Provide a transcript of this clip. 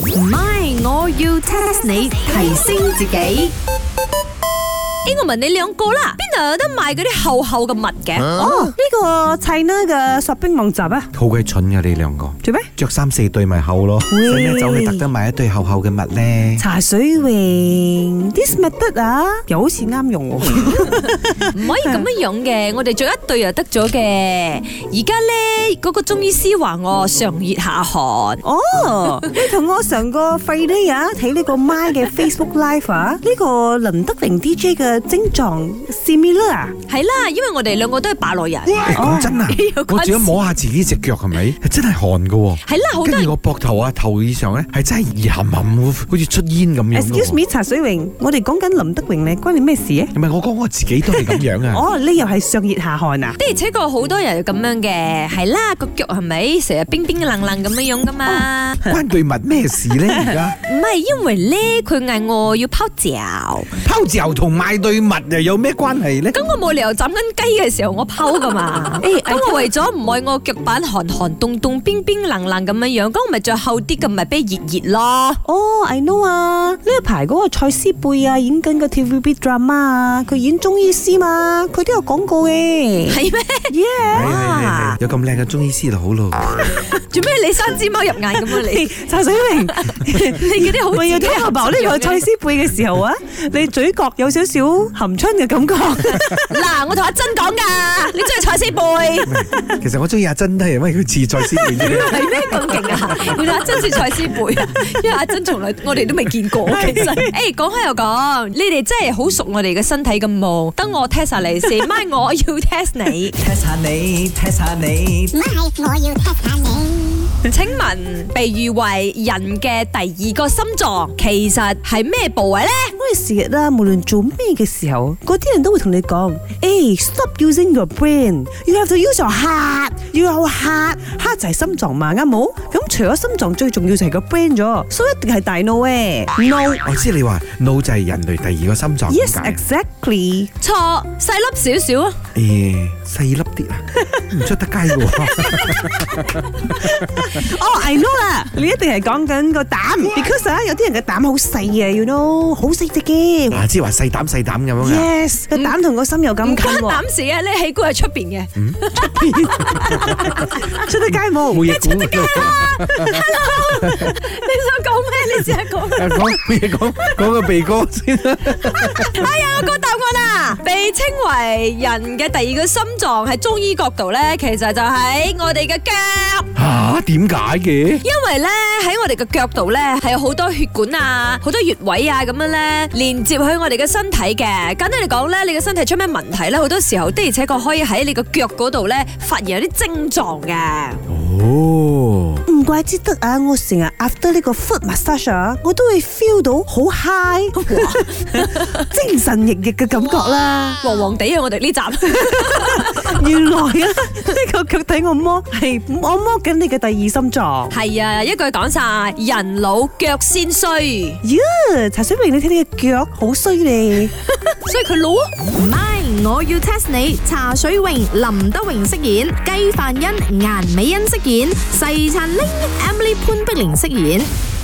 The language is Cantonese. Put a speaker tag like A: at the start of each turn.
A: 唔係，我要 test 你提升自己。
B: 诶，我問你兩個啦，邊度有得賣嗰啲厚厚嘅襪嘅？
C: 哦，呢個 China 嘅 shopping 網站啊，
D: 好鬼蠢噶你兩個，
C: 做咩？
D: 着三四對咪厚咯，
C: 喂
D: 使咩走去特登買一對厚厚嘅襪咧？
C: 茶水泳，this method 啊，又好似啱用喎。
B: 唔可以咁樣樣嘅，我哋着一對就得咗嘅。而家咧，嗰個中醫師話我上熱下寒。
C: 哦，你同我上個 Friday 啊，睇呢個 My 嘅 Facebook Live 啊，呢個林德榮 DJ 嘅症狀 similar 啊，
B: 係啦，因為我哋兩個都係白內人。
D: 喂講真啊
B: 有，關
D: 我自己摸下自己只腳係咪？係真係寒噶喎。
B: 係啦，好多
D: 跟住
B: 人
D: 我膊頭啊、頭以上咧，係真係熱冚冚，好似出煙咁樣㗎喎。
C: Excuse me，茶水泳，我哋講緊林德榮咧，關你咩事啊？
D: 唔係我講我自己都係 咁樣啊。
C: 哦，呢又係上熱下汗啊！
B: 的而且確好多人咁樣嘅，係啦，個腳係咪成日冰冰冷冷咁樣樣噶嘛？
D: 關對襪咩事咧？而家
B: 唔係因為咧，佢嗌我要拋嚼。
D: 拋嚼同買對襪又有咩關係咧？
B: 咁我冇理由斬緊雞嘅時候我拋噶 嘛，咁
C: 哎
B: 我為咗唔愛我腳板寒寒凍凍冰冰冷冷咁樣樣，咁我咪着厚啲咁咪俾熱熱 咯。
C: 哦、i know 啊，呢一排嗰個蔡思貝啊，演緊個 TVB drama 啊，佢演中醫師嘛，佢都有講過 嘅。
B: 係咩？
D: 係
C: Yeah，
D: 係係
C: à.
D: 係有咁靚嘅中醫師就好咯。
B: 做咩你三隻貓入眼咁啊 你？
C: 茶水明，
B: 你嗰啲好
C: 我要
B: 自己
C: 聽
B: 合作
C: 阿爸呢個
B: 嘅
C: 蔡思貝嘅時候啊，你嘴角有少少含春嘅感覺。
B: 嗱，我同阿珍講㗎，你中意蔡思貝
D: 其實我中意阿珍都係因為佢似蔡思貝啫。
B: 係咩咁勁 啊？原來阿珍似蔡思貝啊，因為阿珍從來我哋都未見過。其實，誒講開又講，你哋真係好熟我哋嘅身體咁冇，等我 test 下你 先，咪我要 test 你。
E: test 下你，test 下你
F: 唔係，我要 test 下你。
B: 請問，被譽為人嘅第二個心臟，其實係咩部位呢？
C: 我哋成日啦，無論做咩嘅時候，嗰啲人都會同你講：，誒、s t o p using your brain，you have to use your heart，要有 heart，heart 就係心臟嘛，啱冇？咁除咗心臟，最重要就係個 brain 咗，所以一定係大腦誒。No。
D: 我知你話腦就係人類第二個心臟。
C: Yes,
D: 點解
C: exactly。
B: 錯，細粒少少啊！
D: 誒細粒啲啊，唔出得街嘅喎。
C: 哦、i know 啦，你一定係講緊個膽，because 啊，有啲人嘅膽好細啊，you know，好細隻嘅。
D: 嗱，即係話細膽細膽咁樣啊。
C: Yes，個膽同個心又咁
B: 唔
C: 近
B: 關
C: 喎，
B: 膽事啊，呢氣管喺出邊嘅。
C: 出得街冇？
D: 冇嘢講嘅。
B: 你想講咩？你試下講。
D: 講冇嘢講，講個鼻哥先啦。
B: 哎呀，我個答案啊，被稱為人嘅第二個心臟，喺中醫角度呢，其實就喺我哋嘅腳。
D: 嚇點解嘅？
B: 因為咧喺我哋嘅腳度咧係有好多血管啊，好多穴位啊咁樣咧連接去我哋嘅身體嘅。簡單嚟講咧，你嘅身體出咩問題咧，好多時候的而且確可以喺你個腳嗰度咧發現有啲症狀嘅。
D: 哦，
C: 唔怪之得啊！我成日 after 呢個 foot massage 啊，我都會 feel 到好 high，精神奕奕嘅感覺啦。
B: 黃黃地啊，我哋呢集
C: 原來啊，呢個腳底按摩係按摩緊你嘅第二心臟。
B: 係啊，一句講晒，人老腳先衰，所以
C: 呀，茶水明，你睇你嘅腳好衰咧。
B: 佢老啊。
A: 唔係，我要 test 你。茶水榮、林德榮飾演，雞范欣、顏美欣飾演，細陳玲、Emily 潘碧玲飾演。